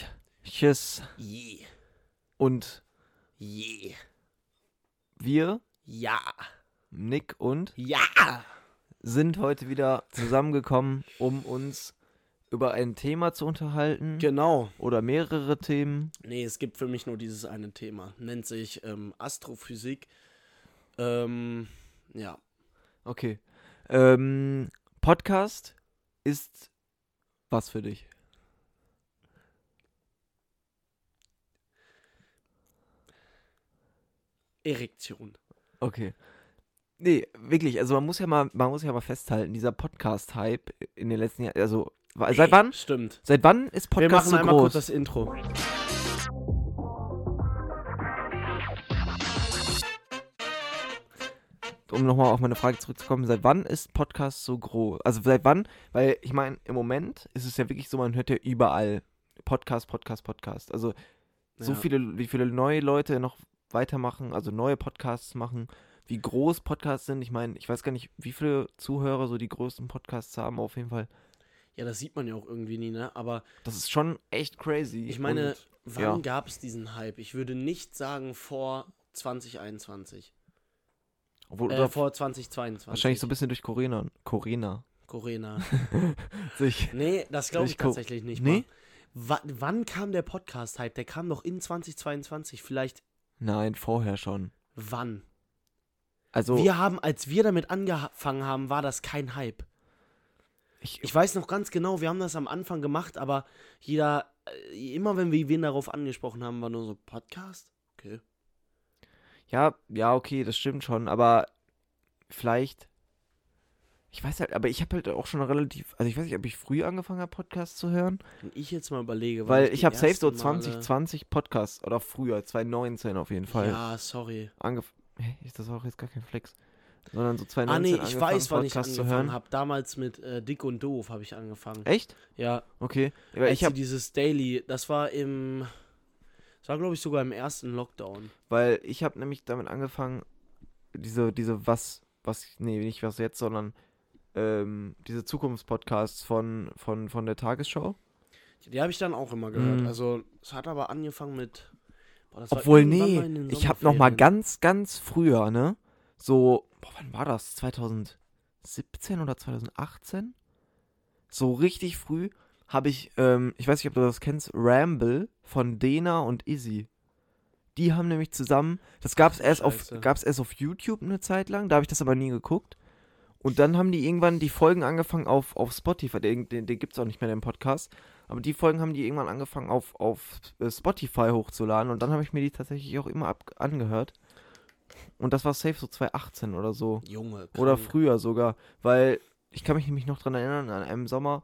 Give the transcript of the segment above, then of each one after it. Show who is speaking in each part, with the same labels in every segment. Speaker 1: herzliches
Speaker 2: Je.
Speaker 1: und
Speaker 2: Je.
Speaker 1: wir,
Speaker 2: Ja.
Speaker 1: Nick und,
Speaker 2: Ja.
Speaker 1: sind heute wieder zusammengekommen, um uns über ein Thema zu unterhalten
Speaker 2: Genau.
Speaker 1: oder mehrere Themen.
Speaker 2: Nee, es gibt für mich nur dieses eine Thema. Nennt sich ähm, Astrophysik. Ähm, ja.
Speaker 1: Okay. Ähm, Podcast ist was für dich?
Speaker 2: Erektion.
Speaker 1: Okay. Nee, wirklich, also man muss ja mal, man muss ja mal festhalten, dieser Podcast-Hype in den letzten Jahren, also wa- seit wann?
Speaker 2: Stimmt.
Speaker 1: Seit wann ist
Speaker 2: Wir
Speaker 1: Podcast
Speaker 2: machen
Speaker 1: so
Speaker 2: einmal
Speaker 1: groß?
Speaker 2: kurz das Intro.
Speaker 1: um nochmal auf meine Frage zurückzukommen, seit wann ist Podcast so groß? Also seit wann? Weil ich meine, im Moment ist es ja wirklich so, man hört ja überall Podcast, Podcast, Podcast. Also so
Speaker 2: Ja.
Speaker 1: viele, wie viele neue Leute noch weitermachen, also neue Podcasts machen, wie groß Podcasts sind. Ich meine, ich weiß gar nicht, wie viele Zuhörer so die größten Podcasts haben, auf jeden Fall.
Speaker 2: Ja, das sieht man ja auch irgendwie nie, ne? Aber
Speaker 1: Das ist schon echt crazy.
Speaker 2: ich meine,
Speaker 1: Und,
Speaker 2: wann
Speaker 1: ja.
Speaker 2: gab es diesen Hype? Ich würde nicht sagen vor 2021.
Speaker 1: obwohl,
Speaker 2: Äh,
Speaker 1: oder
Speaker 2: vor 2022.
Speaker 1: wahrscheinlich so ein bisschen durch Corona. Corona.
Speaker 2: Corona.
Speaker 1: Sich.
Speaker 2: Nee, das glaube ich
Speaker 1: Ich guck-
Speaker 2: tatsächlich nicht.
Speaker 1: Nee?
Speaker 2: Nee? wann kam der Podcast-Hype? Der kam doch in 2022. Vielleicht
Speaker 1: Nein, vorher schon.
Speaker 2: wann?
Speaker 1: Also
Speaker 2: Wir haben, als wir damit angefangen haben, war das kein Hype.
Speaker 1: ich,
Speaker 2: Ich weiß noch ganz genau, wir haben das am Anfang gemacht, aber jeder, äh, immer wenn wir wen darauf angesprochen haben, war nur so Podcast? Okay.
Speaker 1: Ja, ja, okay, das stimmt schon, aber vielleicht. Ich weiß halt, aber ich habe halt auch schon relativ. Also ich weiß nicht, ob ich früh angefangen habe, Podcasts zu hören.
Speaker 2: Wenn ich jetzt mal überlege, wann
Speaker 1: Weil ich
Speaker 2: die
Speaker 1: habe safe so
Speaker 2: ersten Male-
Speaker 1: 2020 Podcasts oder früher, 2019 auf jeden Fall.
Speaker 2: Ja, sorry.
Speaker 1: Angef Hä, ist das auch jetzt gar kein Flex? Sondern so
Speaker 2: Ah,
Speaker 1: 2019
Speaker 2: nee, ich
Speaker 1: angefangen,
Speaker 2: weiß, wann ich
Speaker 1: Podcasts
Speaker 2: angefangen habe. Damals mit äh, Dick und Doof habe ich angefangen.
Speaker 1: Echt?
Speaker 2: Ja,
Speaker 1: Okay. Aber
Speaker 2: als
Speaker 1: ich
Speaker 2: sie
Speaker 1: habe,
Speaker 2: dieses Daily, das war im, das war glaube ich sogar im ersten Lockdown.
Speaker 1: weil ich habe nämlich damit angefangen, diese, diese was, was, nee, nicht was jetzt, sondern ähm, diese Zukunftspodcasts von, von, von der Tagesschau.
Speaker 2: Die habe ich dann auch immer gehört.
Speaker 1: Mhm.
Speaker 2: Also es hat aber angefangen mit. Boah, das war
Speaker 1: Obwohl,
Speaker 2: irgendwann
Speaker 1: nee,
Speaker 2: mal in den
Speaker 1: ich hab noch mal
Speaker 2: Sommerferien.
Speaker 1: ganz, ganz früher, ne? So, boah, wann war das? 2017 oder 2018? So richtig früh habe ich, ähm, ich weiß nicht, ob du das kennst, Ramble von Dena und Izzy. Die haben nämlich zusammen, das gab's
Speaker 2: du
Speaker 1: erst auf,
Speaker 2: Scheiße.
Speaker 1: gab's erst auf YouTube eine Zeit lang, da habe ich das aber nie geguckt. Und dann haben die irgendwann die Folgen angefangen auf, auf Spotify, den, den, den gibt's auch nicht mehr, den Podcast. Aber die Folgen haben die irgendwann angefangen auf, auf äh, Spotify hochzuladen und dann habe ich mir die tatsächlich auch immer ab angehört. Und das war safe so 2018 oder so.
Speaker 2: Junge.
Speaker 1: Oder
Speaker 2: krank.
Speaker 1: früher sogar, weil ich kann mich nämlich noch dran erinnern, an einem Sommer,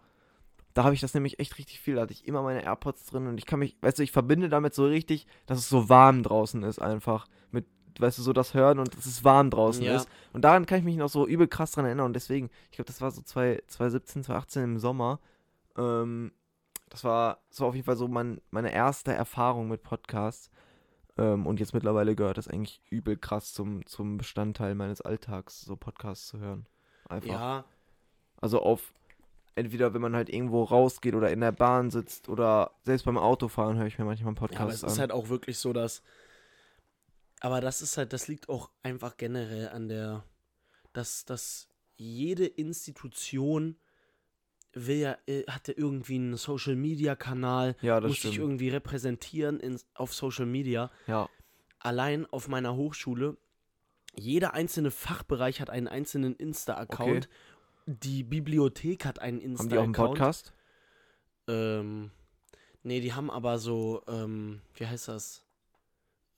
Speaker 1: da habe ich das nämlich echt richtig viel, da hatte ich immer meine AirPods drin und ich kann mich, weißt du, ich verbinde damit so richtig, dass es so warm draußen ist einfach. Mit, weißt du, so das Hören und dass es warm draußen
Speaker 2: Ja.
Speaker 1: ist. Und daran kann ich mich noch so übel krass dran erinnern und deswegen, ich glaube, das war so 2 2017, 2018 im Sommer. Ähm, das war, das war auf jeden Fall so mein, meine erste Erfahrung mit Podcasts. Ähm, und jetzt mittlerweile gehört das eigentlich übel krass zum, zum Bestandteil meines Alltags, so Podcasts zu hören. Einfach.
Speaker 2: Ja,
Speaker 1: Also auf entweder wenn man halt irgendwo rausgeht oder in der Bahn sitzt oder selbst beim Autofahren höre ich mir manchmal einen
Speaker 2: ja, aber es
Speaker 1: Podcast
Speaker 2: ist
Speaker 1: an.
Speaker 2: halt auch wirklich so, dass. Aber das ist halt, das liegt auch einfach generell an der, dass, dass jede Institution will ja, äh, hat ja irgendwie einen Social Media Kanal,
Speaker 1: ja, das
Speaker 2: muss sich
Speaker 1: stimmt.
Speaker 2: irgendwie repräsentieren in, auf Social Media.
Speaker 1: Ja.
Speaker 2: allein auf meiner Hochschule, jeder einzelne Fachbereich hat einen einzelnen Insta-Account. Die Bibliothek hat einen
Speaker 1: Haben die auch einen
Speaker 2: Insta-Account.
Speaker 1: Podcast?
Speaker 2: Ähm, nee, die haben aber so, ähm, wie heißt das?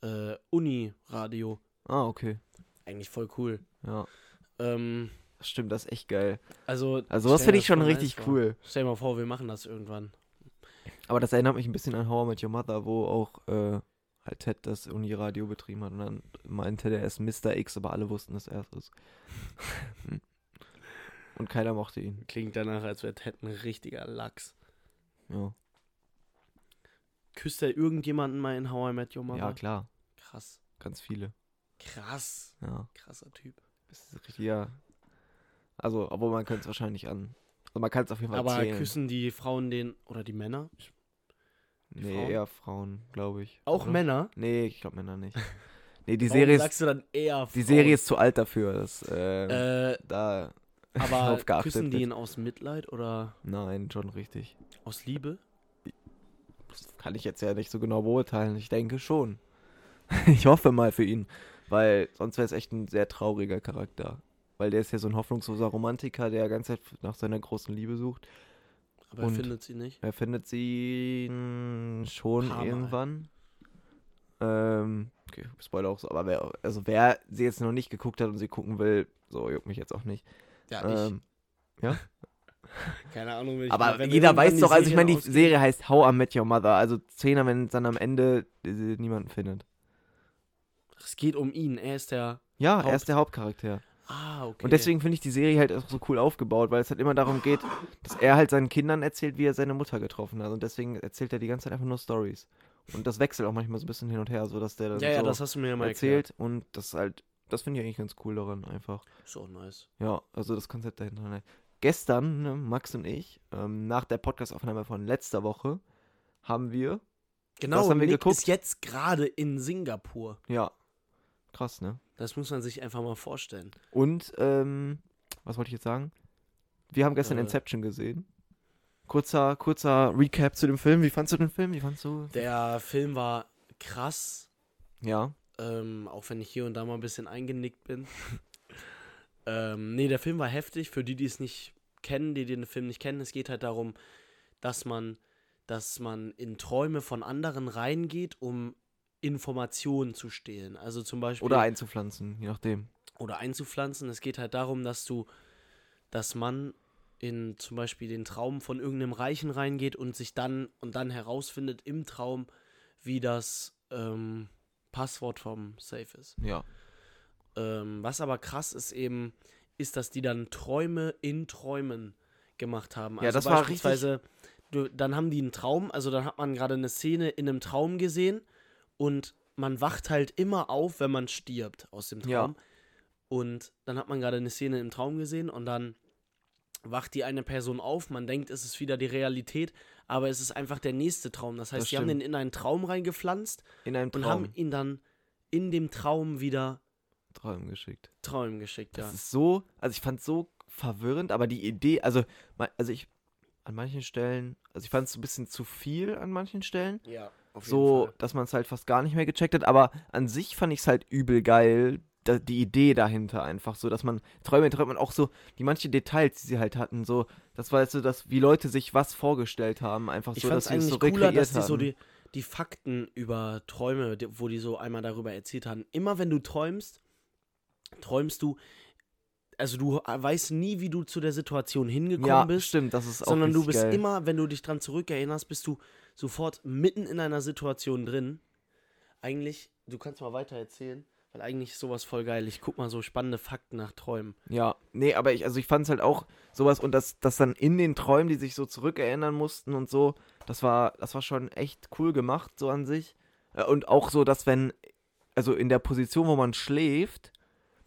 Speaker 2: Äh, Uni-Radio.
Speaker 1: Ah, okay.
Speaker 2: Eigentlich voll cool.
Speaker 1: Ja.
Speaker 2: Ähm,
Speaker 1: Das stimmt, das ist echt geil.
Speaker 2: also,
Speaker 1: Also das
Speaker 2: stell dir
Speaker 1: finde ich schon
Speaker 2: voll nice
Speaker 1: richtig
Speaker 2: vor.
Speaker 1: cool.
Speaker 2: Stell dir mal vor, wir machen das irgendwann.
Speaker 1: Aber das erinnert mich ein bisschen an How I Met Your Mother, wo auch äh, halt Ted das Uniradio betrieben hat und dann meinte der, er ist Mr. X, aber alle wussten, dass er es ist. und keiner mochte ihn.
Speaker 2: Klingt danach, als wäre Ted ein richtiger Lachs.
Speaker 1: Ja,
Speaker 2: Küsst er irgendjemanden mal in How I Met Your Mother?
Speaker 1: ja klar.
Speaker 2: Krass.
Speaker 1: Ganz viele.
Speaker 2: Krass.
Speaker 1: Ja.
Speaker 2: Krasser Typ.
Speaker 1: Das ist richtig, ja. Also, obwohl man könnte es wahrscheinlich an. Also man kann es auf jeden Fall
Speaker 2: Aber
Speaker 1: zählen.
Speaker 2: küssen die Frauen den oder die Männer? Ich Die
Speaker 1: nee,
Speaker 2: Frauen?
Speaker 1: eher Frauen, glaube ich.
Speaker 2: Auch
Speaker 1: oder?
Speaker 2: Männer?
Speaker 1: Nee, ich glaube Männer nicht. Nee, die
Speaker 2: Warum
Speaker 1: Serie, ist,
Speaker 2: sagst du dann eher
Speaker 1: die
Speaker 2: Frauen?
Speaker 1: Serie ist zu alt dafür. Das, äh,
Speaker 2: Äh,
Speaker 1: da drauf
Speaker 2: aber
Speaker 1: geachtet
Speaker 2: küssen die
Speaker 1: wird.
Speaker 2: ihn aus Mitleid oder
Speaker 1: Nein, schon richtig.
Speaker 2: aus Liebe?
Speaker 1: Das kann ich jetzt ja nicht so genau beurteilen. Ich denke schon. Ich hoffe mal für ihn, weil sonst wäre es echt ein sehr trauriger Charakter. Weil der ist ja so ein hoffnungsloser Romantiker, der die ganze Zeit nach seiner großen Liebe sucht.
Speaker 2: Aber er
Speaker 1: Und-
Speaker 2: findet sie nicht.
Speaker 1: Er findet sie mm, schon
Speaker 2: Paar Mal.
Speaker 1: irgendwann. Ähm, okay, Spoiler auch so. Aber wer, also wer sie jetzt noch nicht geguckt hat und sie gucken will, so juckt mich jetzt auch nicht.
Speaker 2: Ja,
Speaker 1: Ähm,
Speaker 2: ich, keine Ahnung, wenn ich
Speaker 1: aber
Speaker 2: mal- wenn
Speaker 1: jeder
Speaker 2: irgendwann
Speaker 1: weiß
Speaker 2: die
Speaker 1: doch, also ich
Speaker 2: Serien
Speaker 1: meine, die
Speaker 2: ausgehen-
Speaker 1: Serie heißt How I Met Your Mother. Also Zehner, wenn dann am Ende äh, niemanden findet.
Speaker 2: Es geht um ihn, er ist der.
Speaker 1: Ja, er
Speaker 2: Haupt-
Speaker 1: ist der Hauptcharakter.
Speaker 2: Ah, okay.
Speaker 1: Und deswegen finde ich die Serie halt auch so cool aufgebaut, weil es halt immer darum geht, dass er halt seinen Kindern erzählt, wie er seine Mutter getroffen hat. Und deswegen erzählt er die ganze Zeit einfach nur Stories. Und das wechselt auch manchmal so ein bisschen hin und her, so dass der dann
Speaker 2: Ja, ja,
Speaker 1: so
Speaker 2: das hast du mir ja mal
Speaker 1: erzählt. Und das ist halt, das finde ich eigentlich ganz cool daran einfach.
Speaker 2: erklärt. Ist auch nice.
Speaker 1: Ja, also das Konzept dahinter. ne. Gestern, ne, Max und ich, ähm, nach der Podcastaufnahme von letzter Woche, haben wir,
Speaker 2: Genau,
Speaker 1: haben wir
Speaker 2: Nick
Speaker 1: geguckt.
Speaker 2: ist jetzt gerade in Singapur.
Speaker 1: ja, krass, ne?
Speaker 2: Das muss man sich einfach mal vorstellen.
Speaker 1: Und, ähm, was wollte ich jetzt sagen? Wir haben gestern
Speaker 2: Äh.
Speaker 1: Inception gesehen. Kurzer, kurzer Recap zu dem Film. Wie fandst du den Film? Wie fandst du?
Speaker 2: Der Film war krass,
Speaker 1: Ja.
Speaker 2: ähm, auch wenn ich hier und da mal ein bisschen eingenickt bin. ähm, nee, der Film war heftig. Für die, die es nicht kennen, die den Film nicht kennen, es geht halt darum, dass man, dass man in Träume von anderen reingeht, um Informationen zu stehlen. Also zum Beispiel
Speaker 1: Oder einzupflanzen, je nachdem.
Speaker 2: oder einzupflanzen. Es geht halt darum, dass du, dass man in zum Beispiel den Traum von irgendeinem Reichen reingeht und sich dann und dann herausfindet im Traum, wie das ähm, Passwort vom Safe ist.
Speaker 1: Ja.
Speaker 2: Ähm, was aber krass ist eben, ist, dass die dann Träume in Träumen gemacht haben. Also
Speaker 1: Ja, das war richtig-
Speaker 2: du, dann haben die einen Traum, also dann hat man gerade eine Szene in einem Traum gesehen und man wacht halt immer auf, wenn man stirbt aus dem Traum.
Speaker 1: Ja.
Speaker 2: Und dann hat man gerade eine Szene im Traum gesehen und dann wacht die eine Person auf, man denkt, es ist wieder die Realität, aber es ist einfach der nächste Traum. Das heißt,
Speaker 1: Das
Speaker 2: die haben den
Speaker 1: stimmt.
Speaker 2: in einen Traum reingepflanzt
Speaker 1: In einem
Speaker 2: und
Speaker 1: Traum,
Speaker 2: haben ihn dann in dem Traum wieder
Speaker 1: Traum geschickt.
Speaker 2: Träumen geschickt, ja.
Speaker 1: Das ist so, also ich fand es so verwirrend, aber die Idee, also, ma- also ich, an manchen Stellen, also ich fand es ein bisschen zu viel an manchen Stellen.
Speaker 2: ja, auf
Speaker 1: so, dass man es halt fast gar nicht mehr gecheckt hat. Aber an sich fand ich es halt übel geil, da, die Idee dahinter einfach so, dass man Träume träumt man auch so die manche Details, die sie halt hatten, so das war jetzt so, dass wie Leute sich was vorgestellt haben, einfach
Speaker 2: Ich
Speaker 1: so,
Speaker 2: fand es
Speaker 1: dass sie es
Speaker 2: eigentlich
Speaker 1: so
Speaker 2: cooler,
Speaker 1: rekreiert
Speaker 2: dass die
Speaker 1: haben.
Speaker 2: so die, die Fakten über Träume, die- wo die so einmal darüber erzählt haben. Immer wenn du träumst, träumst du, also du weißt nie, wie du zu der Situation hingekommen
Speaker 1: ja,
Speaker 2: bist,
Speaker 1: stimmt, das ist auch
Speaker 2: sondern du
Speaker 1: richtig
Speaker 2: bist
Speaker 1: geil.
Speaker 2: immer, wenn du dich dran zurückerinnerst, bist du sofort mitten in einer Situation drin. Eigentlich, du kannst mal weiter erzählen, weil eigentlich ist sowas voll geil. Ich guck mal so spannende Fakten nach Träumen.
Speaker 1: Ja, nee, aber ich, also ich fand es halt auch sowas und das, das dann in den Träumen, die sich so zurückerinnern mussten und so, das war, das war schon echt cool gemacht, so an sich. Äh, Und auch so, dass wenn, also in der Position, wo man schläft,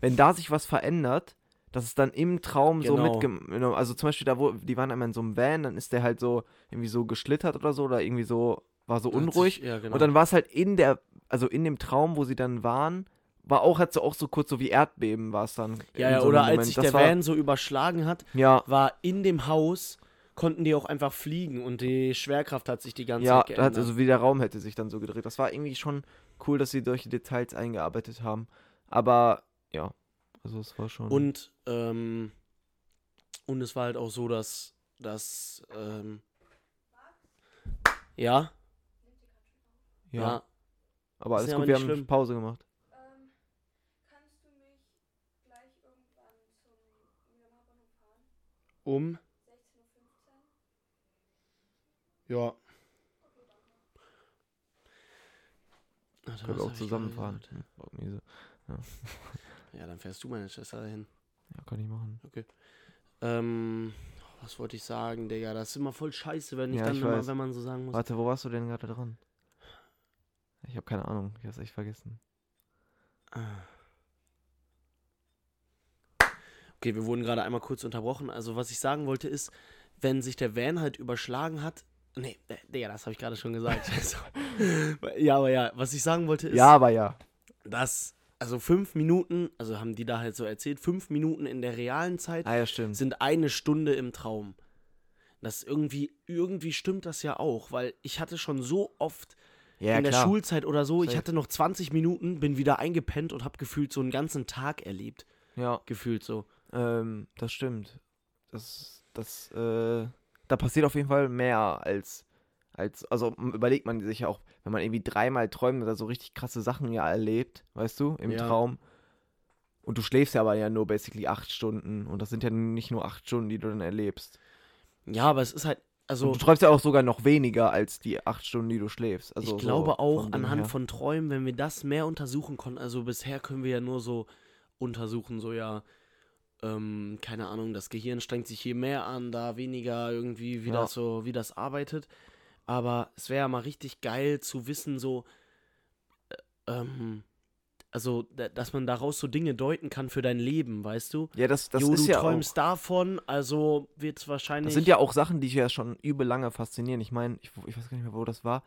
Speaker 1: wenn da sich was verändert, dass es dann im Traum
Speaker 2: Genau.
Speaker 1: so mitgenommen, also zum Beispiel da, wo, die waren einmal in so einem Van, dann ist der halt so irgendwie so geschlittert oder so oder irgendwie so, war so unruhig.
Speaker 2: Ja, genau.
Speaker 1: Und dann war es halt in der, also in dem Traum, wo sie dann waren, war auch, hat so auch so kurz so wie Erdbeben war es dann.
Speaker 2: Ja,
Speaker 1: in
Speaker 2: ja
Speaker 1: so einem
Speaker 2: oder
Speaker 1: Moment.
Speaker 2: als sich
Speaker 1: Das
Speaker 2: der
Speaker 1: war,
Speaker 2: Van so überschlagen hat,
Speaker 1: Ja,
Speaker 2: war in dem Haus, konnten die auch einfach fliegen und die Schwerkraft hat sich die ganze
Speaker 1: ja,
Speaker 2: Zeit
Speaker 1: da hat,
Speaker 2: geändert.
Speaker 1: also wie der Raum hätte sich dann so gedreht. Das war irgendwie schon cool, dass sie solche Details eingearbeitet haben. Aber ja, also es war schon.
Speaker 2: und, ähm, und es war halt auch so, dass, dass ähm, ja,
Speaker 1: ja,
Speaker 2: ja,
Speaker 1: aber
Speaker 2: ist
Speaker 1: alles
Speaker 2: ja
Speaker 1: gut,
Speaker 2: aber
Speaker 1: wir
Speaker 2: nicht
Speaker 1: haben
Speaker 2: schlimm.
Speaker 1: Pause gemacht.
Speaker 3: Ähm, kannst du mich gleich irgendwann zum Mülheim Hauptbahnhof fahren?
Speaker 2: um,
Speaker 3: 16.15 Uhr?
Speaker 2: ja. Ach,
Speaker 1: Können
Speaker 2: was
Speaker 1: wir
Speaker 2: hab
Speaker 1: auch
Speaker 2: ich
Speaker 1: zusammenfahren.
Speaker 2: gerade
Speaker 1: Hm, bock miese.
Speaker 2: gesagt? Ja, dann fährst du meine Schwester dahin.
Speaker 1: Ja, kann ich machen.
Speaker 2: Ähm, was wollte ich sagen, Digga? Das ist immer voll scheiße, wenn ich
Speaker 1: Ja,
Speaker 2: dann
Speaker 1: ich
Speaker 2: immer,
Speaker 1: weiß.
Speaker 2: wenn man so sagen muss.
Speaker 1: Warte, wo warst du denn gerade dran? Ich habe keine Ahnung, ich hab's echt vergessen.
Speaker 2: Ah. Okay, wir wurden gerade einmal kurz unterbrochen. Also, was ich sagen wollte ist, wenn sich der Van halt überschlagen hat, Nee, äh, Digga, das habe ich gerade schon gesagt. Also, ja, aber ja, was ich sagen wollte ist,
Speaker 1: Ja, aber ja.
Speaker 2: dass, also fünf Minuten, also haben die da halt so erzählt, fünf Minuten in der realen Zeit
Speaker 1: Ah ja, stimmt.
Speaker 2: sind eine Stunde im Traum. Das irgendwie, irgendwie stimmt das ja auch, weil ich hatte schon so oft
Speaker 1: ja,
Speaker 2: in der
Speaker 1: klar.
Speaker 2: Schulzeit oder so, ich
Speaker 1: Safe.
Speaker 2: hatte noch 20 Minuten, bin wieder eingepennt und habe gefühlt so einen ganzen Tag erlebt.
Speaker 1: Ja,
Speaker 2: Gefühlt so.
Speaker 1: ähm, das stimmt. Das, das, äh, da passiert auf jeden Fall mehr als, als, also m- überlegt man sich ja auch, wenn man irgendwie dreimal träumt oder so richtig krasse Sachen ja erlebt, weißt du, im
Speaker 2: Ja.
Speaker 1: Traum. Und du schläfst ja aber ja nur basically acht Stunden und das sind ja nicht nur acht Stunden, die du dann erlebst.
Speaker 2: Ja, aber es ist halt, also.
Speaker 1: Und du träumst ja auch sogar noch weniger als die acht Stunden, die du schläfst. Also
Speaker 2: ich glaube
Speaker 1: so
Speaker 2: auch
Speaker 1: von dem
Speaker 2: anhand
Speaker 1: her.
Speaker 2: von Träumen, wenn wir das mehr untersuchen konnten, also bisher können wir ja nur so untersuchen, so ja, ähm, keine Ahnung, das Gehirn strengt sich hier mehr an, da weniger irgendwie, wie
Speaker 1: Ja.
Speaker 2: das so, wie das arbeitet. Aber es wäre ja mal richtig geil zu wissen, so, äh, ähm, also, da- dass man daraus so Dinge deuten kann für dein Leben, weißt du?
Speaker 1: Ja, das, das
Speaker 2: jo,
Speaker 1: ist
Speaker 2: du
Speaker 1: ja auch.
Speaker 2: träumst davon, also wird es wahrscheinlich.
Speaker 1: Das sind ja auch Sachen, die ich ja schon übel lange faszinieren. Ich meine, ich, ich weiß gar nicht mehr, wo das war.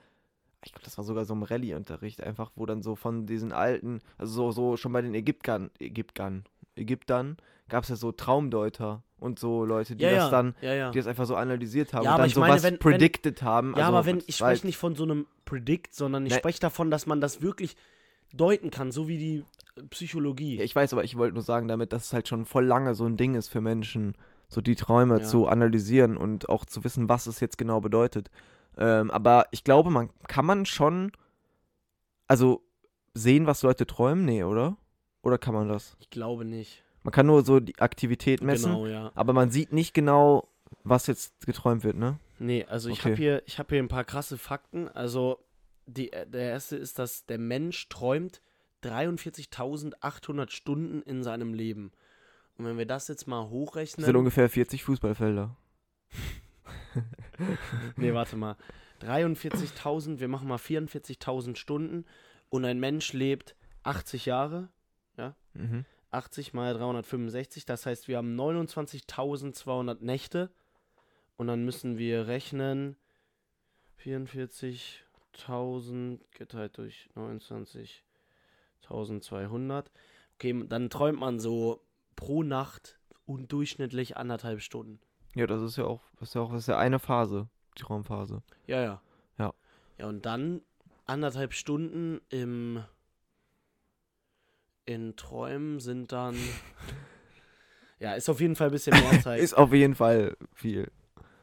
Speaker 1: Ich glaube, das war sogar so im Rallye-Unterricht einfach, wo dann so von diesen alten, also so, so schon bei den Ägyptern, Ägyptern, Ägyptern gab es ja so Traumdeuter und so Leute, die
Speaker 2: ja,
Speaker 1: das
Speaker 2: ja,
Speaker 1: dann,
Speaker 2: ja, ja.
Speaker 1: die das einfach so analysiert haben
Speaker 2: Ja,
Speaker 1: und
Speaker 2: aber
Speaker 1: dann
Speaker 2: ich meine,
Speaker 1: sowas
Speaker 2: wenn- wenn-
Speaker 1: predicted haben.
Speaker 2: Ja,
Speaker 1: also,
Speaker 2: aber wenn
Speaker 1: das
Speaker 2: ich
Speaker 1: war Ne.
Speaker 2: spreche nicht von so einem Predict, sondern ich
Speaker 1: Nee.
Speaker 2: spreche davon, dass man das wirklich deuten kann, so wie die äh, Psychologie.
Speaker 1: Ja, ich weiß, aber ich wollte nur sagen damit, dass es halt schon voll lange so ein Ding ist für Menschen, so die Träume
Speaker 2: Ja.
Speaker 1: zu analysieren und auch zu wissen, was es jetzt genau bedeutet. Ähm, aber ich glaube, man kann man schon, also sehen, was Leute träumen, nee, oder? Oder kann man das?
Speaker 2: Ich glaube nicht.
Speaker 1: Man kann nur so die Aktivität messen,
Speaker 2: Genau, ja.
Speaker 1: aber man sieht nicht genau, was jetzt geträumt wird, ne?
Speaker 2: Nee, also ich
Speaker 1: Okay.
Speaker 2: habe hier, ich hab hier ein paar krasse Fakten. Also die, äh, der erste ist, dass der Mensch träumt 43.800 Stunden in seinem Leben. Und wenn wir das jetzt mal
Speaker 1: Das
Speaker 2: hochrechnen.
Speaker 1: sind ungefähr 40 Fußballfelder.
Speaker 2: Nee, warte mal. 43.000, wir machen mal 44.000 Stunden und ein Mensch lebt 80 Jahre.
Speaker 1: Mhm.
Speaker 2: 80 mal 365, das heißt, wir haben 29.200 Nächte und dann müssen wir rechnen 44.000 geteilt durch 29.200. Okay, dann träumt man so pro Nacht und durchschnittlich anderthalb Stunden.
Speaker 1: Ja, das ist ja auch, das ist ja auch, das ist ja eine Phase, die Traumphase.
Speaker 2: Ja, ja.
Speaker 1: Ja.
Speaker 2: Ja, und dann anderthalb Stunden im in Träumen sind dann ja, ist auf jeden Fall ein bisschen mehr Zeit.
Speaker 1: Ist auf jeden Fall viel.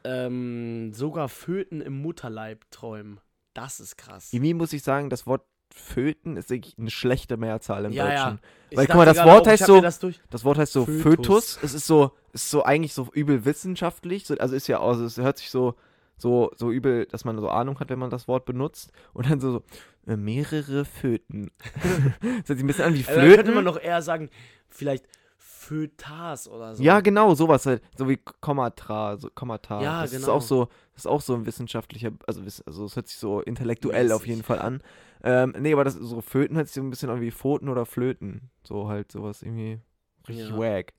Speaker 2: Ähm, sogar Föten im Mutterleib träumen. Das ist krass.
Speaker 1: Irgendwie muss ich sagen, das Wort Föten ist eigentlich eine schlechte Mehrzahl im
Speaker 2: Ja, ja.
Speaker 1: Deutschen.
Speaker 2: Ich
Speaker 1: Weil, guck
Speaker 2: dachte
Speaker 1: mal, das
Speaker 2: gerade
Speaker 1: Wort
Speaker 2: auch, ich
Speaker 1: heißt
Speaker 2: hab mir
Speaker 1: so-
Speaker 2: Das durch äh,
Speaker 1: Das Wort heißt so Fötus.
Speaker 2: Fötus.
Speaker 1: Es ist so, ist so eigentlich so übel wissenschaftlich. So, also ist ja, also es hört sich so, so, so übel, dass man so Ahnung hat, wenn man das Wort benutzt. Und dann so, so äh, mehrere Föten. das hört sich ein bisschen an wie
Speaker 2: also, da könnte
Speaker 1: Flöten.
Speaker 2: man noch eher sagen, vielleicht Fötas Also oder so.
Speaker 1: ja, genau, sowas halt. So wie Kommata, so Kommata.
Speaker 2: Ja,
Speaker 1: das ist
Speaker 2: genau.
Speaker 1: auch so, das ist auch so ein wissenschaftlicher, also, wiss- also es hört sich so intellektuell auf
Speaker 2: Mäßig.
Speaker 1: jeden Fall an. Ähm, nee, aber das so Föten hört sich so ein bisschen an wie Pfoten oder Flöten. So halt sowas irgendwie richtig
Speaker 2: Ja.
Speaker 1: wack.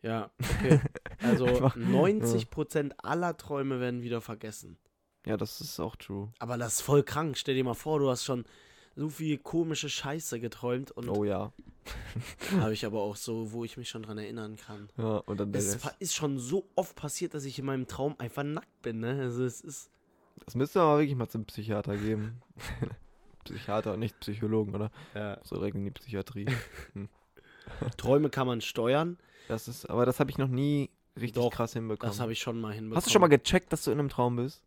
Speaker 2: Ja, okay. Also
Speaker 1: Einfach-
Speaker 2: 90% aller Träume werden wieder vergessen.
Speaker 1: Ja, das ist auch true.
Speaker 2: Aber das ist voll krank. Stell dir mal vor, du hast schon so viel komische Scheiße geträumt und
Speaker 1: Oh ja.
Speaker 2: habe ich aber auch so, wo ich mich schon dran erinnern kann.
Speaker 1: Ja, und dann der
Speaker 2: Es
Speaker 1: Rest.
Speaker 2: war- ist schon so oft passiert, dass ich in meinem Traum einfach nackt bin, ne? Also es ist.
Speaker 1: Das müsste aber wirklich mal zum Psychiater geben. Psychiater und nicht Psychologen, oder? So regeln die Psychiatrie.
Speaker 2: Träume kann man steuern.
Speaker 1: Das ist, aber das habe ich noch nie richtig
Speaker 2: Doch,
Speaker 1: krass hinbekommen.
Speaker 2: Das habe ich schon mal hinbekommen.
Speaker 1: Hast du schon mal gecheckt, dass du in einem Traum bist?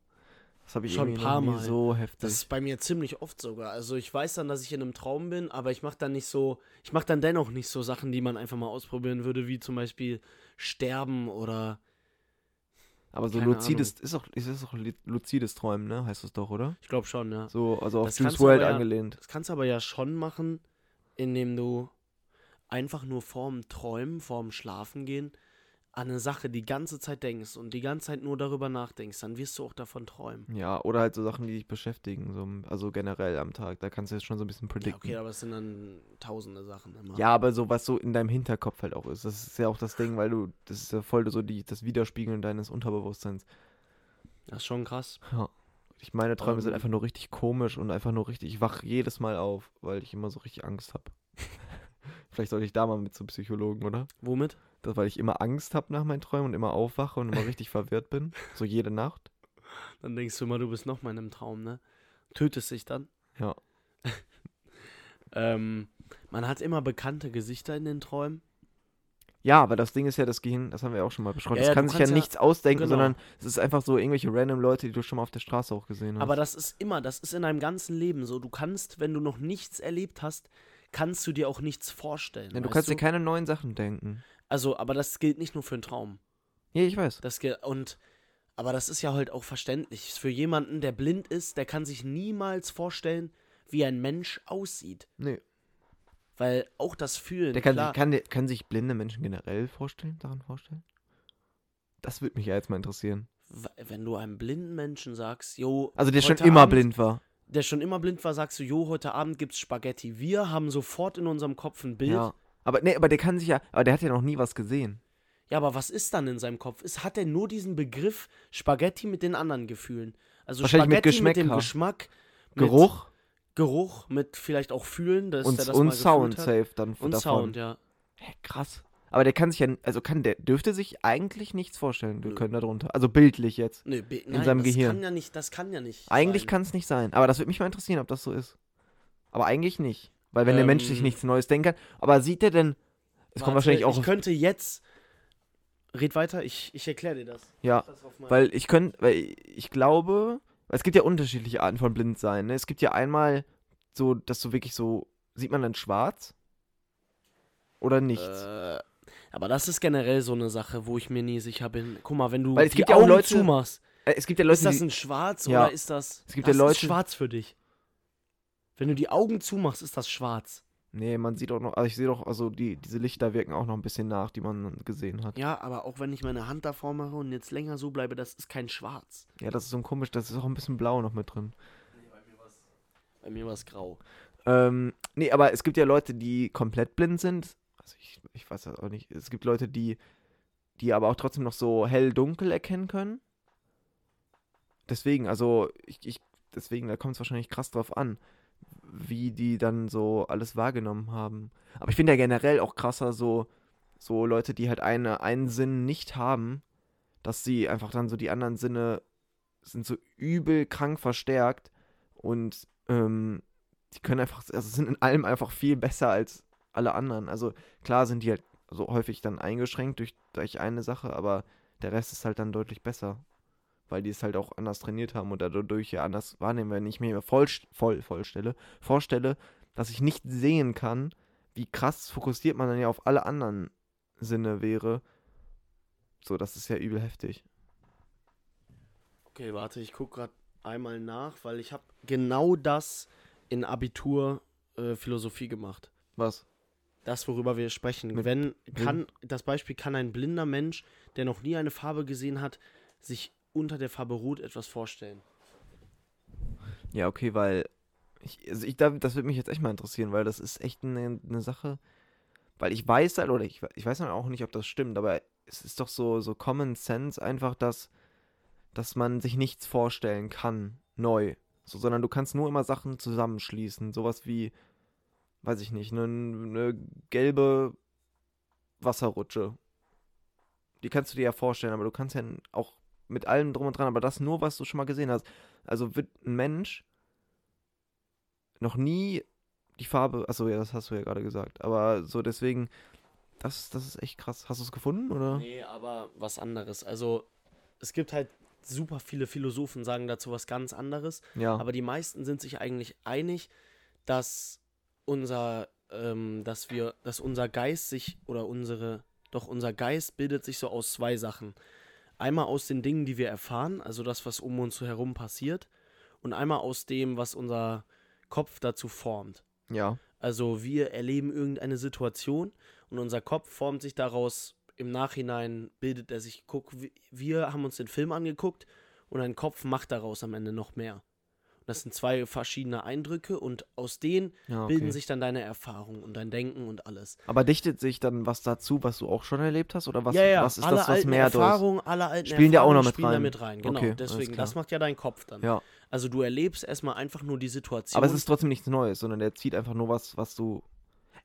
Speaker 1: Das habe ich
Speaker 2: Schon ein
Speaker 1: irgendwie
Speaker 2: paar
Speaker 1: noch nie
Speaker 2: Mal.
Speaker 1: so heftig.
Speaker 2: Das ist bei mir ziemlich oft sogar. Also ich weiß dann, dass ich in einem Traum bin, aber ich mache dann nicht so, ich mache dann dennoch nicht so Sachen, die man einfach mal ausprobieren würde, wie zum Beispiel sterben oder
Speaker 1: aber so
Speaker 2: keine
Speaker 1: luzides ist auch, ist das auch li- luzides Träumen, ne? Heißt das doch, oder?
Speaker 2: ich glaube schon, ja.
Speaker 1: So, also auf
Speaker 2: Das
Speaker 1: Juice
Speaker 2: kannst du
Speaker 1: World
Speaker 2: aber ja-
Speaker 1: angelehnt.
Speaker 2: Das kannst du aber ja schon machen, indem du einfach nur vorm Träumen, vorm Schlafen gehen, an eine Sache die ganze Zeit denkst und die ganze Zeit nur darüber nachdenkst, dann wirst du auch davon träumen.
Speaker 1: Ja, oder halt so Sachen, die dich beschäftigen, so, also generell am Tag. Da kannst du jetzt schon so ein bisschen
Speaker 2: Ja,
Speaker 1: predikten.
Speaker 2: okay, aber es sind dann tausende Sachen immer.
Speaker 1: Ja, aber so was so in deinem Hinterkopf halt auch ist. Das ist ja auch das Ding, weil du, das ist ja voll so die, das Widerspiegeln deines Unterbewusstseins.
Speaker 2: Das ist schon krass.
Speaker 1: Ich meine Träume sind
Speaker 2: Ähm.
Speaker 1: einfach nur richtig komisch und einfach nur richtig. Ich wach jedes Mal auf, weil ich immer so richtig Angst habe. Vielleicht sollte ich da mal mit zum Psychologen, oder?
Speaker 2: Womit?
Speaker 1: Das, weil ich immer Angst habe nach meinen Träumen und immer aufwache und immer richtig verwirrt bin. So jede Nacht.
Speaker 2: Dann denkst du immer, du bist noch mal in einem Traum, ne? Tötest dich dann.
Speaker 1: Ja.
Speaker 2: Ähm, man hat immer bekannte Gesichter in den Träumen.
Speaker 1: Ja, aber das Ding ist ja das Gehirn, das haben wir auch schon mal besprochen.
Speaker 2: Ja,
Speaker 1: das
Speaker 2: ja,
Speaker 1: kann
Speaker 2: du
Speaker 1: sich ja
Speaker 2: kannst ja-
Speaker 1: nichts ausdenken,
Speaker 2: genau.
Speaker 1: sondern es ist einfach so irgendwelche random Leute, die du schon mal auf der Straße auch gesehen hast.
Speaker 2: Aber das ist immer, das ist in deinem ganzen Leben so. Du kannst, wenn du noch nichts erlebt hast, kannst du dir auch nichts vorstellen.
Speaker 1: ja, du
Speaker 2: weißt
Speaker 1: kannst dir keine neuen Sachen denken.
Speaker 2: Also, aber das gilt nicht nur für einen Traum.
Speaker 1: Ja, ich weiß.
Speaker 2: Das gilt und aber das ist ja halt auch verständlich. Für jemanden, der blind ist, der kann sich niemals vorstellen, wie ein Mensch aussieht.
Speaker 1: Nee.
Speaker 2: Weil auch das Fühlen.
Speaker 1: Der kann,
Speaker 2: äh, klar,
Speaker 1: sich- kann, der- können sich blinde Menschen generell vorstellen, daran vorstellen? Das würde mich ja jetzt mal interessieren.
Speaker 2: w- wenn du einem blinden Menschen sagst, jo.
Speaker 1: Also der schon
Speaker 2: heute
Speaker 1: immer
Speaker 2: Abend,
Speaker 1: blind war.
Speaker 2: Der schon immer blind war, sagst du, jo, heute Abend gibt's Spaghetti. Wir haben sofort in unserem Kopf ein Bild.
Speaker 1: Ja. Aber nee, aber der kann sich ja, aber der hat ja noch nie was gesehen.
Speaker 2: Ja, aber was ist dann in seinem Kopf? Ist, hat er nur diesen Begriff Spaghetti mit den anderen Gefühlen? Also
Speaker 1: Wahrscheinlich mit
Speaker 2: Spaghetti mit dem
Speaker 1: Geschmäcker.
Speaker 2: Geschmack, mit
Speaker 1: Geruch
Speaker 2: Geruch, mit vielleicht auch Fühlen, dass er
Speaker 1: und,
Speaker 2: das
Speaker 1: und
Speaker 2: mal gefühlt
Speaker 1: Sound
Speaker 2: hat.
Speaker 1: safe dann
Speaker 2: Und
Speaker 1: davon.
Speaker 2: Sound, ja.
Speaker 1: Hä, krass. Aber der kann sich ja, also kann der dürfte sich eigentlich nichts vorstellen
Speaker 2: Nö.
Speaker 1: können darunter. Also bildlich jetzt.
Speaker 2: Nee, be- nein,
Speaker 1: seinem
Speaker 2: das
Speaker 1: Gehirn.
Speaker 2: kann ja nicht, das kann ja nicht.
Speaker 1: Eigentlich
Speaker 2: sein.
Speaker 1: kann es nicht sein. Aber das würde mich mal interessieren, ob das so ist. Aber eigentlich nicht, weil wenn der Mensch sich
Speaker 2: Ähm.
Speaker 1: nichts Neues denken kann. Aber sieht der denn? Es kommt
Speaker 2: Warte,
Speaker 1: wahrscheinlich auch
Speaker 2: Ich
Speaker 1: auf
Speaker 2: könnte jetzt. Red weiter, ich, ich erkläre dir das.
Speaker 1: ja.
Speaker 2: das auf mein-
Speaker 1: Ah, Weil ich könnte, weil ich glaube, es gibt ja unterschiedliche Arten von Blindsein. Ne? Es gibt ja einmal so, dass du wirklich so, sieht man dann schwarz? Oder nichts?
Speaker 2: Äh, aber das ist generell so eine Sache, wo ich mir nie sicher bin. Guck mal, wenn du
Speaker 1: Weil es
Speaker 2: die
Speaker 1: gibt ja auch
Speaker 2: Augen
Speaker 1: Leute-
Speaker 2: zumachst,
Speaker 1: Äh, es gibt ja
Speaker 2: ist
Speaker 1: Leute,
Speaker 2: das
Speaker 1: die,
Speaker 2: ein Schwarz
Speaker 1: Ja.
Speaker 2: oder ist das,
Speaker 1: Es gibt
Speaker 2: das
Speaker 1: ja Leute-
Speaker 2: ist schwarz für dich? Wenn du die Augen zumachst, ist das schwarz.
Speaker 1: nee, man sieht auch noch, also ich sehe doch, also die, diese Lichter wirken auch noch ein bisschen nach, die man gesehen hat.
Speaker 2: Ja, aber auch wenn ich meine Hand davor mache und jetzt länger so bleibe, das ist kein Schwarz.
Speaker 1: Ja, das ist so ein komisch, das ist auch ein bisschen blau noch mit drin.
Speaker 2: Bei mir war es grau.
Speaker 1: Ähm, nee, aber es gibt ja Leute, die komplett blind sind. Also ich, ich weiß das auch nicht. Es gibt Leute, die, die aber auch trotzdem noch so hell-dunkel erkennen können. Deswegen, also ich, ich deswegen, da kommt es wahrscheinlich krass drauf an, wie die dann so alles wahrgenommen haben. Aber ich finde ja generell auch krasser so, so Leute, die halt eine, einen Sinn nicht haben, dass sie einfach dann so die anderen Sinne sind so übel krank verstärkt und ähm, die können einfach, also sind in allem einfach viel besser als alle anderen. Also klar sind die halt so häufig dann eingeschränkt durch, durch eine Sache, aber der Rest ist halt dann deutlich besser. Weil die es halt auch anders trainiert haben und dadurch ja anders wahrnehmen. Wenn ich mir voll, voll, vollstelle, vorstelle, dass ich nicht sehen kann, wie krass fokussiert man dann ja auf alle anderen Sinne wäre. So, das ist ja übel heftig.
Speaker 2: Okay, warte, ich gucke gerade einmal nach, weil ich habe genau das in Abitur äh, Philosophie gemacht.
Speaker 1: Was?
Speaker 2: Das, worüber wir sprechen.
Speaker 1: Mit
Speaker 2: Wenn kann, das Beispiel kann ein blinder Mensch, der noch nie eine Farbe gesehen hat, sich unter der Farbe Rot etwas vorstellen.
Speaker 1: Ja, okay, weil ich, also ich, da- das würde mich jetzt echt mal interessieren, weil das ist echt eine, eine Sache, weil ich weiß halt, oder ich, we- ich weiß halt auch nicht, ob das stimmt, aber es ist doch so, so Common Sense einfach, dass, dass man sich nichts vorstellen kann, neu, so, sondern du kannst nur immer Sachen zusammenschließen, sowas wie, weiß ich nicht, eine, eine gelbe Wasserrutsche. Die kannst du dir ja vorstellen, aber du kannst ja auch mit allem drum und dran, aber das nur, was du schon mal gesehen hast. Also wird ein Mensch noch nie die Farbe, achso, ja, das hast du ja gerade gesagt, aber so deswegen, das, das ist echt krass. Hast du es gefunden, oder?
Speaker 2: Nee, aber was anderes. Also, es gibt halt super viele Philosophen, sagen dazu was ganz anderes.
Speaker 1: Ja.
Speaker 2: Aber die meisten sind sich eigentlich einig, dass unser, ähm, dass wir, dass unser Geist sich oder unsere, doch unser Geist bildet sich so aus zwei Sachen. Einmal aus den Dingen, die wir erfahren, also das, was um uns herum passiert, und einmal aus dem, was unser Kopf dazu formt.
Speaker 1: ja.
Speaker 2: Also wir erleben irgendeine Situation und unser Kopf formt sich daraus im Nachhinein, bildet er sich, guck, wi- wir haben uns den Film angeguckt und ein Kopf macht daraus am Ende noch mehr. Und das sind zwei verschiedene Eindrücke und aus denen
Speaker 1: Ja, Ah,
Speaker 2: bilden
Speaker 1: okay.
Speaker 2: sich dann deine Erfahrungen und dein Denken und alles.
Speaker 1: Aber dichtet sich dann was dazu, was du auch schon erlebt hast? Oder was,
Speaker 2: ja, ja,
Speaker 1: was ist
Speaker 2: alle
Speaker 1: das, was
Speaker 2: alten
Speaker 1: mehr durch?
Speaker 2: Erfahrungen, alle alten
Speaker 1: Spielen die auch
Speaker 2: Erfahrungen
Speaker 1: noch mit
Speaker 2: spielen da
Speaker 1: rein?
Speaker 2: mit rein. Genau,
Speaker 1: Okay, alles
Speaker 2: deswegen,
Speaker 1: klar.
Speaker 2: das macht ja dein Kopf dann.
Speaker 1: Ja.
Speaker 2: Also du erlebst erstmal einfach nur die Situation.
Speaker 1: Aber es ist trotzdem nichts Neues, sondern der zieht einfach nur was, was du.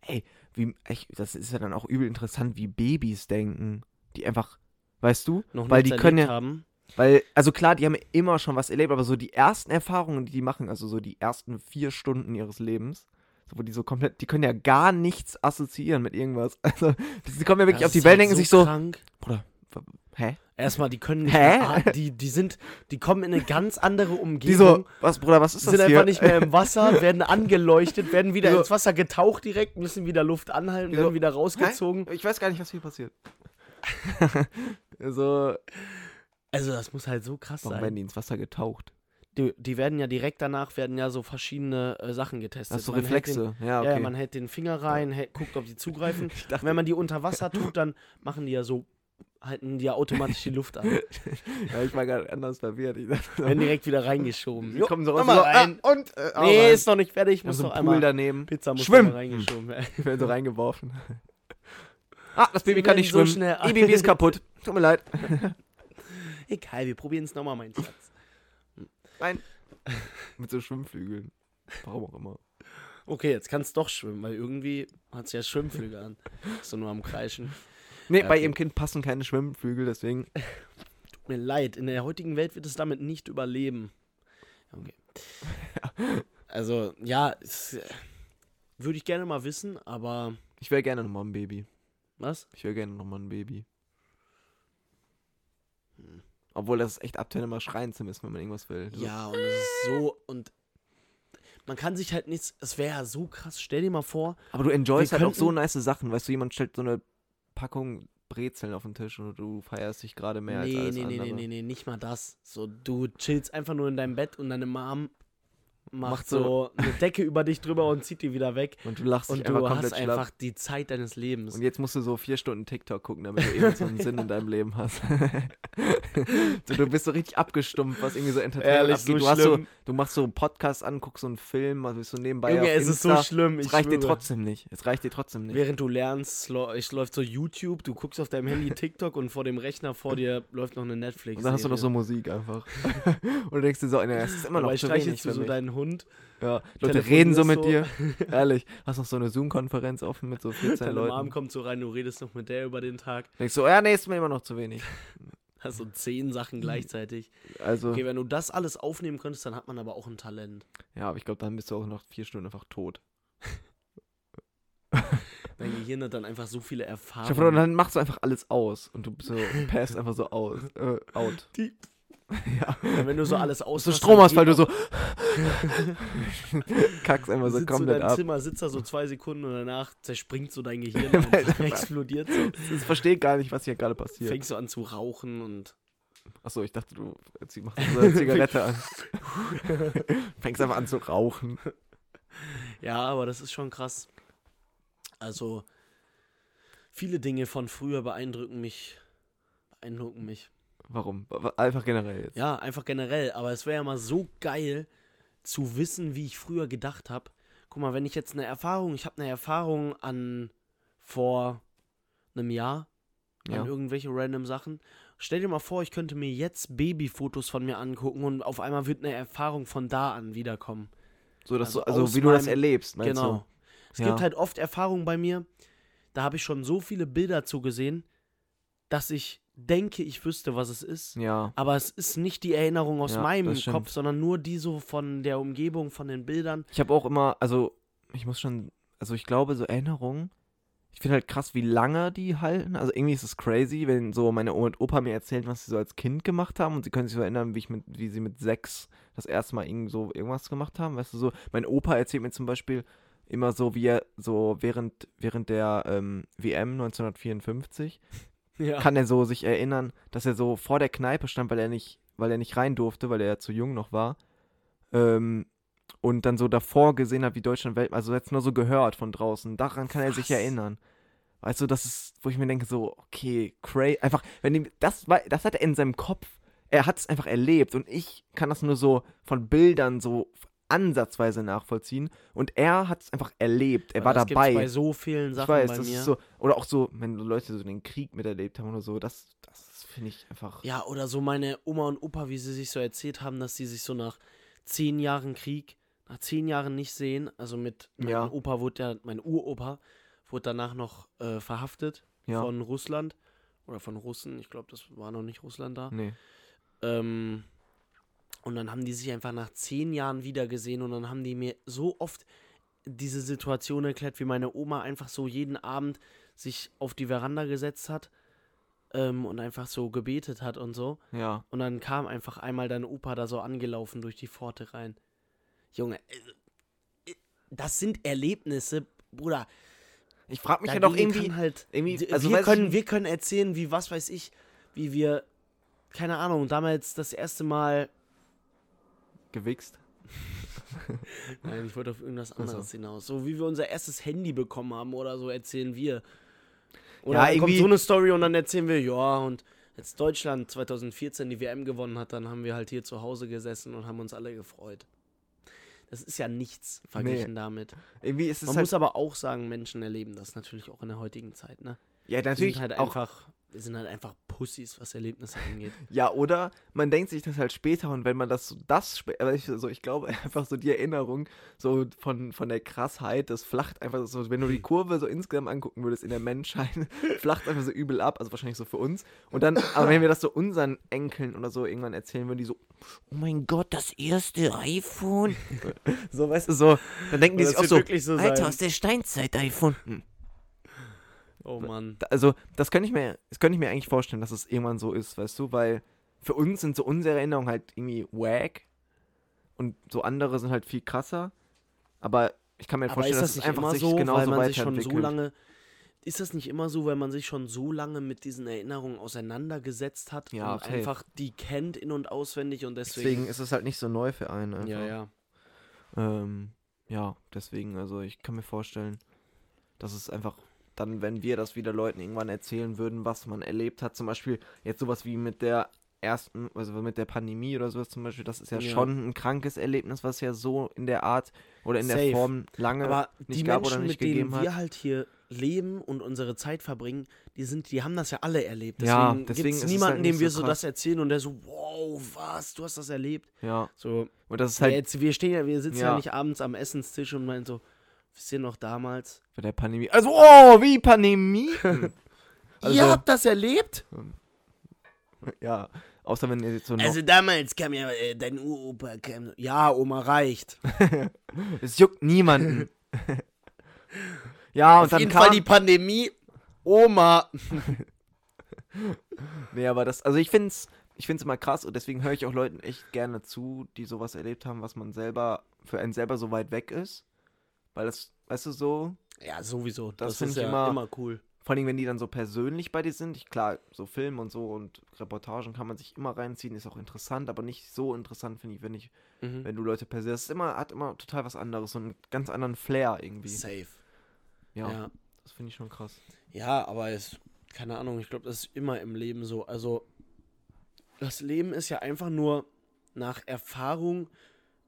Speaker 1: Ey, wie, echt, das ist ja dann auch übel interessant, wie Babys denken. Die einfach, weißt du?
Speaker 2: noch
Speaker 1: weil
Speaker 2: nichts
Speaker 1: die können
Speaker 2: erlebt
Speaker 1: ja-
Speaker 2: haben.
Speaker 1: Weil, also klar, die haben immer schon was erlebt, aber so die ersten Erfahrungen, die die machen, also so die ersten vier Stunden ihres Lebens, so, wo die so komplett, die können ja gar nichts assoziieren mit irgendwas. Also, die kommen ja wirklich
Speaker 2: Das
Speaker 1: auf die
Speaker 2: ist
Speaker 1: Welt
Speaker 2: halt
Speaker 1: und denken sich so,
Speaker 2: Krank.
Speaker 1: Bruder, w- hä?
Speaker 2: Erstmal, die können nicht
Speaker 1: Hä?
Speaker 2: mehr atmen, die, die sind, die kommen in eine ganz andere Umgebung.
Speaker 1: Die so, was, Bruder, was ist das
Speaker 2: sind
Speaker 1: hier?
Speaker 2: einfach nicht mehr im Wasser, werden angeleuchtet, werden wieder
Speaker 1: So.
Speaker 2: ins Wasser getaucht direkt, müssen wieder Luft anhalten,
Speaker 1: Die so,
Speaker 2: werden wieder
Speaker 1: Hä?
Speaker 2: rausgezogen.
Speaker 1: Ich weiß gar nicht, was hier passiert. so,
Speaker 2: Also das muss halt so krass
Speaker 1: warum
Speaker 2: sein.
Speaker 1: werden die ins Wasser getaucht?
Speaker 2: Die, die werden ja direkt danach, werden ja so verschiedene äh, Sachen getestet.
Speaker 1: Das so
Speaker 2: Man hält
Speaker 1: Reflexe. Ja, okay.
Speaker 2: Den, Ja, man hält den Finger rein, hält, guckt, ob die zugreifen.
Speaker 1: ich
Speaker 2: Und wenn man die unter Wasser tut, dann machen die ja so, halten die ja automatisch die Luft an.
Speaker 1: ja, ich war gerade anders verwirrt. Ich dachte,
Speaker 2: Werden direkt wieder reingeschoben. Die
Speaker 1: Um, Jo,
Speaker 2: kommen so raus,
Speaker 1: nochmal
Speaker 2: so,
Speaker 1: rein.
Speaker 2: Ah, und, äh,
Speaker 1: auch
Speaker 2: nee,
Speaker 1: rein.
Speaker 2: ist noch nicht fertig,
Speaker 1: oh, ich
Speaker 2: muss
Speaker 1: so
Speaker 2: noch
Speaker 1: ein Pool
Speaker 2: einmal.
Speaker 1: daneben.
Speaker 2: Pizza muss
Speaker 1: Schwimmen.
Speaker 2: noch mal reingeschoben werden.
Speaker 1: Ich werde so reingeworfen. Ah, das Baby
Speaker 2: Sie
Speaker 1: kann nicht
Speaker 2: werden
Speaker 1: schwimmen.
Speaker 2: so schnell
Speaker 1: Die Baby ist kaputt. Tut mir leid.
Speaker 2: Egal, wir probieren es nochmal, mein Schatz.
Speaker 1: Mit so Schwimmflügeln. Warum auch immer.
Speaker 2: Okay, jetzt kannst du doch schwimmen, weil irgendwie hat sie ja Schwimmflügel an. Ist doch nur am Kreischen.
Speaker 1: Nee,
Speaker 2: Ja,
Speaker 1: bei
Speaker 2: okay.
Speaker 1: ihrem Kind passen keine Schwimmflügel, deswegen.
Speaker 2: Tut mir leid, in der heutigen Welt wird es damit nicht überleben. Okay. Also, ja, es, äh, würde ich gerne mal wissen, aber
Speaker 1: Ich wäre gerne nochmal ein Baby.
Speaker 2: was?
Speaker 1: Ich wäre gerne nochmal ein Baby.
Speaker 2: Hm.
Speaker 1: Obwohl das ist echt abtönt, immer schreien zu müssen, wenn man irgendwas will. So,
Speaker 2: Ja, und es ist so, und man kann sich halt nichts, es wäre ja so krass, stell dir mal vor,
Speaker 1: Aber du enjoyst
Speaker 2: Wir
Speaker 1: halt auch so
Speaker 2: könnten-
Speaker 1: nice Sachen. Weißt du, jemand stellt so eine Packung Brezeln auf den Tisch und du feierst dich gerade mehr als
Speaker 2: nee,
Speaker 1: alles
Speaker 2: nee, nee,
Speaker 1: andere.
Speaker 2: nee, nee, nee, nicht mal das. So, du chillst einfach nur in deinem Bett und deine Mom macht,
Speaker 1: Macht so-
Speaker 2: so eine Decke über dich drüber und zieht die wieder weg.
Speaker 1: Und du lachst dich
Speaker 2: Und
Speaker 1: einfach
Speaker 2: du hast
Speaker 1: komplett schlapp.
Speaker 2: einfach die Zeit deines Lebens.
Speaker 1: Und jetzt musst du so vier Stunden TikTok gucken, damit du eben so einen Sinn in deinem Leben hast. so, du bist so richtig abgestumpft, was irgendwie so Entertainment
Speaker 2: Ehrlich, so
Speaker 1: abgeht. du, hast so,
Speaker 2: schlimm.
Speaker 1: du machst so einen Podcast an, guckst so einen Film, was bist du nebenbei
Speaker 2: Junge,
Speaker 1: auf
Speaker 2: es ist
Speaker 1: Insta.
Speaker 2: so schlimm.
Speaker 1: Es
Speaker 2: Ich
Speaker 1: reicht dir
Speaker 2: schwöre.
Speaker 1: trotzdem nicht. Es reicht dir trotzdem nicht.
Speaker 2: Während du lernst, lo- ich läuft so YouTube, du guckst auf deinem Handy TikTok und vor dem Rechner vor dir läuft noch eine Netflix.
Speaker 1: Und dann hast du noch so Musik einfach. und du denkst dir so, ne, es ist immer noch
Speaker 2: Dabei
Speaker 1: zu wenig
Speaker 2: streichelst du
Speaker 1: für
Speaker 2: so
Speaker 1: mich.
Speaker 2: deinen Hund,
Speaker 1: Ja, Leute reden so mit dir.
Speaker 2: telefonierst
Speaker 1: Ehrlich. Hast noch so eine Zoom-Konferenz offen mit so 14
Speaker 2: deine Mom
Speaker 1: Leuten.
Speaker 2: kommt so rein, du redest noch mit der über den Tag,
Speaker 1: Denkst du, ja, nee, ist mir immer noch zu wenig.
Speaker 2: hast so zehn Sachen gleichzeitig.
Speaker 1: Also,
Speaker 2: Okay, wenn du das alles aufnehmen könntest, dann hat man aber auch ein Talent.
Speaker 1: ja, aber ich glaube, dann bist du auch noch vier Stunden einfach tot.
Speaker 2: Dein Gehirn hat dann einfach so viele
Speaker 1: Ich hoffe, und
Speaker 2: Erfahrungen.
Speaker 1: dann machst du einfach alles aus und du bist so, passst einfach so aus, äh, out.
Speaker 2: Die-
Speaker 1: ja.
Speaker 2: Und wenn du so alles
Speaker 1: So
Speaker 2: ausmachst,
Speaker 1: Stromausfall, du
Speaker 2: dann
Speaker 1: so kackst einfach
Speaker 2: geht-
Speaker 1: so
Speaker 2: sitzt du in
Speaker 1: komplett
Speaker 2: deinem
Speaker 1: ab.
Speaker 2: Zimmer, sitzt da so zwei Sekunden und danach zerspringt so dein Gehirn
Speaker 1: Weil
Speaker 2: einfach,
Speaker 1: einfach-
Speaker 2: explodiert so,
Speaker 1: Ich verstehe gar nicht, was hier gerade passiert.
Speaker 2: fängst du an zu rauchen und
Speaker 1: Achso, ich dachte, du zieh- machst so eine Zigarette an. Fängst einfach an zu rauchen.
Speaker 2: Ja, aber das ist schon krass. Also, viele Dinge von früher beeindrucken mich. Beeindrucken mich.
Speaker 1: Warum? Einfach generell jetzt.
Speaker 2: Ja, einfach generell. Aber es wäre ja mal so geil zu wissen, wie ich früher gedacht habe. Guck mal, wenn ich jetzt eine Erfahrung, ich habe eine Erfahrung an vor einem Jahr
Speaker 1: Ja.
Speaker 2: an irgendwelche random Sachen. Stell dir mal vor, ich könnte mir jetzt Babyfotos von mir angucken und auf einmal wird eine Erfahrung von da an wiederkommen.
Speaker 1: So, dass
Speaker 2: also
Speaker 1: du, also
Speaker 2: aus
Speaker 1: wie du das
Speaker 2: meinem-
Speaker 1: erlebst, meinst
Speaker 2: Genau. Es
Speaker 1: Ja.
Speaker 2: gibt halt oft Erfahrungen bei mir, da habe ich schon so viele Bilder zu gesehen, dass ich denke, ich wüsste, was es ist.
Speaker 1: du? Ja.
Speaker 2: Aber es ist nicht die Erinnerung aus
Speaker 1: Ja,
Speaker 2: meinem
Speaker 1: das stimmt.
Speaker 2: Kopf, sondern nur die so von der Umgebung, von den Bildern.
Speaker 1: Ich habe auch immer, also ich muss schon, also ich glaube, so Erinnerungen, ich finde halt krass, wie lange die halten. Also irgendwie ist es crazy, wenn so meine Oma und Opa mir erzählen, was sie so als Kind gemacht haben und sie können sich so erinnern, wie ich mit, wie sie mit sechs das erste Mal irgend so irgendwas gemacht haben. Weißt du, so, mein Opa erzählt mir zum Beispiel immer so, wie er so während, während der ähm, WM 1954
Speaker 2: Ja.
Speaker 1: kann er so sich erinnern, dass er so vor der Kneipe stand, weil er nicht, weil er nicht rein durfte, weil er ja zu jung noch war. Ähm, und dann so davor gesehen hat, wie Deutschland Welt, also jetzt nur so gehört von draußen. Daran kann er sich
Speaker 2: Was?
Speaker 1: erinnern. Weißt du, das ist, wo ich mir denke, so, okay, cray, einfach, wenn ihm, das war, das hat er in seinem Kopf. er hat es einfach erlebt und ich kann das nur so von Bildern so ansatzweise nachvollziehen und er hat es einfach erlebt. Er
Speaker 2: Weil
Speaker 1: war
Speaker 2: das gibt's
Speaker 1: dabei.
Speaker 2: bei so vielen Sachen
Speaker 1: ich weiß,
Speaker 2: bei
Speaker 1: das
Speaker 2: mir.
Speaker 1: ist so oder auch so, wenn Leute so den Krieg miterlebt haben oder so, das das finde ich einfach
Speaker 2: Ja, oder so meine Oma und Opa, wie sie sich so erzählt haben, dass sie sich so nach zehn Jahren Krieg, nach zehn Jahren nicht sehen, also mit mein
Speaker 1: Ja.
Speaker 2: Opa wurde ja, mein Uropa wurde danach noch äh, verhaftet
Speaker 1: Ja.
Speaker 2: von Russland oder von Russen, ich glaube, das war noch nicht Russland da.
Speaker 1: nee.
Speaker 2: Ähm, und dann haben die sich einfach nach zehn Jahren wiedergesehen und dann haben die mir so oft diese Situation erklärt, wie meine Oma einfach so jeden Abend sich auf die Veranda gesetzt hat ähm, und einfach so gebetet hat und so.
Speaker 1: Ja.
Speaker 2: Und dann kam einfach einmal dein Opa da so angelaufen durch die Pforte rein. Junge, äh, äh, das sind Erlebnisse, Bruder.
Speaker 1: Ich frage mich ja
Speaker 2: Dagegen
Speaker 1: doch irgendwie
Speaker 2: kann halt,
Speaker 1: irgendwie-
Speaker 2: d-
Speaker 1: also
Speaker 2: wir,
Speaker 1: weiß
Speaker 2: können,
Speaker 1: ich-
Speaker 2: wir können erzählen, wie, was weiß ich, wie wir, keine Ahnung, damals das erste Mal. halt
Speaker 1: gewichst.
Speaker 2: Nein, ich wollte auf irgendwas
Speaker 1: Ach so.
Speaker 2: anderes hinaus. So wie wir unser erstes Handy bekommen haben oder so, erzählen wir. Oder
Speaker 1: Ja,
Speaker 2: dann kommt
Speaker 1: irgendwie-
Speaker 2: so eine Story und dann erzählen wir, ja, und als Deutschland 2014 die WM gewonnen hat, dann haben wir halt hier zu Hause gesessen und haben uns alle gefreut. Das ist ja nichts verglichen damit.
Speaker 1: Irgendwie ist es
Speaker 2: Man
Speaker 1: halt
Speaker 2: muss aber auch sagen, Menschen erleben das natürlich auch in der heutigen Zeit, ne?
Speaker 1: ja
Speaker 2: Wir
Speaker 1: natürlich
Speaker 2: sind halt
Speaker 1: auch
Speaker 2: einfach, wir sind halt einfach Pussys, was Erlebnisse angeht.
Speaker 1: Ja, oder man denkt sich das halt später und wenn man das so, das spä- aber ich, so, ich glaube einfach so die Erinnerung so von, von der Krassheit, das flacht einfach so, wenn du die Kurve so insgesamt angucken würdest in der Menschheit, flacht einfach so übel ab, also wahrscheinlich so für uns. Und dann, aber wenn wir das so unseren Enkeln oder so irgendwann erzählen würden, die so, oh mein Gott, das erste iPhone. so, weißt du, so, dann denken die
Speaker 2: Das
Speaker 1: sich auch
Speaker 2: wird
Speaker 1: so,
Speaker 2: wirklich so
Speaker 1: Alter,
Speaker 2: sein.
Speaker 1: aus der Steinzeit iPhone. Hm.
Speaker 2: Oh Mann.
Speaker 1: Da- also das könnte ich mir, das könnte ich mir eigentlich vorstellen, dass es irgendwann so ist, weißt du, weil für uns sind so unsere Erinnerungen halt irgendwie wack und so andere sind halt viel krasser, aber ich kann mir
Speaker 2: Aber
Speaker 1: vorstellen,
Speaker 2: ist
Speaker 1: dass
Speaker 2: das
Speaker 1: es
Speaker 2: nicht
Speaker 1: einfach
Speaker 2: immer
Speaker 1: sich
Speaker 2: so,
Speaker 1: genauso
Speaker 2: weil man sich schon
Speaker 1: weiterentwickelt.
Speaker 2: so lange, ist das nicht immer so, weil man sich schon so lange mit diesen Erinnerungen auseinandergesetzt hat
Speaker 1: Ja,
Speaker 2: und
Speaker 1: safe.
Speaker 2: einfach die kennt in- und auswendig und
Speaker 1: deswegen
Speaker 2: deswegen...
Speaker 1: ist es halt nicht so neu für einen einfach.
Speaker 2: ja, ja.
Speaker 1: Ähm, ja, deswegen, also ich kann mir vorstellen, dass es einfach dann, wenn wir das wieder Leuten irgendwann erzählen würden, was man erlebt hat, zum Beispiel jetzt sowas wie mit der ersten, also mit der Pandemie oder sowas zum Beispiel, das ist ja,
Speaker 2: Ja.
Speaker 1: schon ein krankes Erlebnis, was ja so in der Art oder in
Speaker 2: Safe.
Speaker 1: der Form lange
Speaker 2: Aber
Speaker 1: nicht
Speaker 2: die
Speaker 1: gab
Speaker 2: Menschen,
Speaker 1: oder nicht
Speaker 2: mit denen
Speaker 1: gegeben
Speaker 2: wir
Speaker 1: hat.
Speaker 2: halt hier leben und unsere Zeit verbringen, die sind, die haben das ja alle erlebt. Deswegen,
Speaker 1: Ja,
Speaker 2: gibt's
Speaker 1: deswegen ist es
Speaker 2: niemanden,
Speaker 1: halt nicht
Speaker 2: dem wir
Speaker 1: so
Speaker 2: so
Speaker 1: krass.
Speaker 2: das erzählen und der so, wow, was, du hast das erlebt.
Speaker 1: Ja,
Speaker 2: So,
Speaker 1: und das ist halt
Speaker 2: jetzt, wir stehen ja, wir sitzen ja.
Speaker 1: Ja.
Speaker 2: nicht abends am Essenstisch und meinen so, wisst ihr noch damals?
Speaker 1: bei der Pandemie. Also, oh, wie Pandemie? Also-
Speaker 2: ihr habt das erlebt?
Speaker 1: ja, außer wenn ihr jetzt so noch,
Speaker 2: Also damals kam ja, äh, dein Uropa kam, ja, Oma reicht.
Speaker 1: es juckt niemanden. ja, und
Speaker 2: Auf
Speaker 1: dann
Speaker 2: jeden
Speaker 1: kam
Speaker 2: Fall die Pandemie, Oma.
Speaker 1: Nee, aber das, also ich finde es ich find's immer krass und deswegen höre ich auch Leuten echt gerne zu, die sowas erlebt haben, was man selber, für einen selber so weit weg ist. Weil das, weißt du, so,
Speaker 2: Ja, sowieso,
Speaker 1: Das
Speaker 2: das,
Speaker 1: find
Speaker 2: ist
Speaker 1: ich
Speaker 2: ja immer,
Speaker 1: immer-
Speaker 2: cool.
Speaker 1: vor allem wenn die dann so persönlich bei dir sind, ich, klar, so Film und so und Reportagen kann man sich immer reinziehen, ist auch interessant, aber nicht so interessant, finde ich, wenn ich,
Speaker 2: Mhm.
Speaker 1: wenn du Leute persönlich, das ist immer, hat immer total was anderes, so einen ganz anderen Flair irgendwie.
Speaker 2: Safe.
Speaker 1: Ja,
Speaker 2: Ja. ja.
Speaker 1: das finde ich schon krass.
Speaker 2: aber es, keine Ahnung, ich glaube, das ist immer im Leben so. Also, das Leben ist ja einfach nur nach Erfahrung,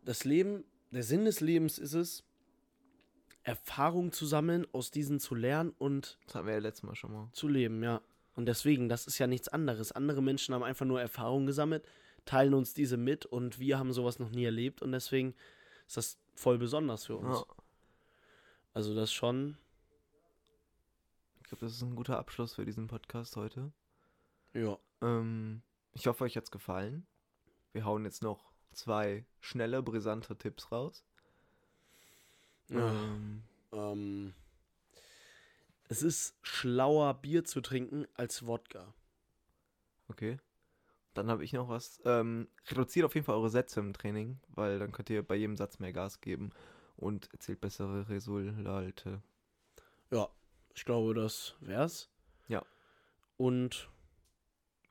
Speaker 2: das Leben, der Sinn des Lebens ist es, Erfahrung zu sammeln, aus diesen zu lernen und
Speaker 1: Das hatten wir ja letztes Mal schon mal.
Speaker 2: zu leben, ja. Und deswegen, das ist ja nichts anderes. Andere Menschen haben einfach nur Erfahrungen gesammelt, teilen uns diese mit und wir haben sowas noch nie erlebt und deswegen ist das voll besonders für uns.
Speaker 1: Ja,
Speaker 2: Also das schon,
Speaker 1: ich glaube, das ist ein guter Abschluss für diesen Podcast heute.
Speaker 2: ja.
Speaker 1: Ähm, ich hoffe, euch hat's gefallen. Wir hauen jetzt noch zwei schnelle, brisante Tipps raus.
Speaker 2: ja.
Speaker 1: Ähm,
Speaker 2: Ähm, es ist schlauer, Bier zu trinken als Wodka.
Speaker 1: okay. Dann habe ich noch was. Ähm, reduziert auf jeden Fall eure Sätze im Training, weil dann könnt ihr bei jedem Satz mehr Gas geben und erzielt bessere Resultate.
Speaker 2: Ja, ich glaube, das wär's.
Speaker 1: Ja.
Speaker 2: Und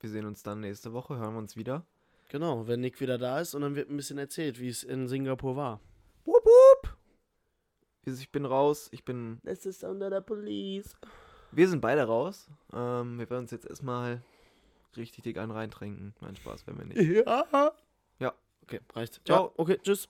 Speaker 1: Wir sehen uns dann nächste Woche, hören wir uns wieder.
Speaker 2: genau, wenn Nick wieder da ist und dann wird ein bisschen erzählt, wie es in Singapur war.
Speaker 1: Wupp, wupp. Ich bin raus, ich bin.
Speaker 2: That's the sound of the police.
Speaker 1: Wir sind beide raus. Ähm, wir werden uns jetzt erstmal richtig dick einen reintrinken. Mein Spaß, wenn wir nicht.
Speaker 2: Ja.
Speaker 1: Ja.
Speaker 2: Okay, reicht.
Speaker 1: Ciao.
Speaker 2: Ja, okay, tschüss.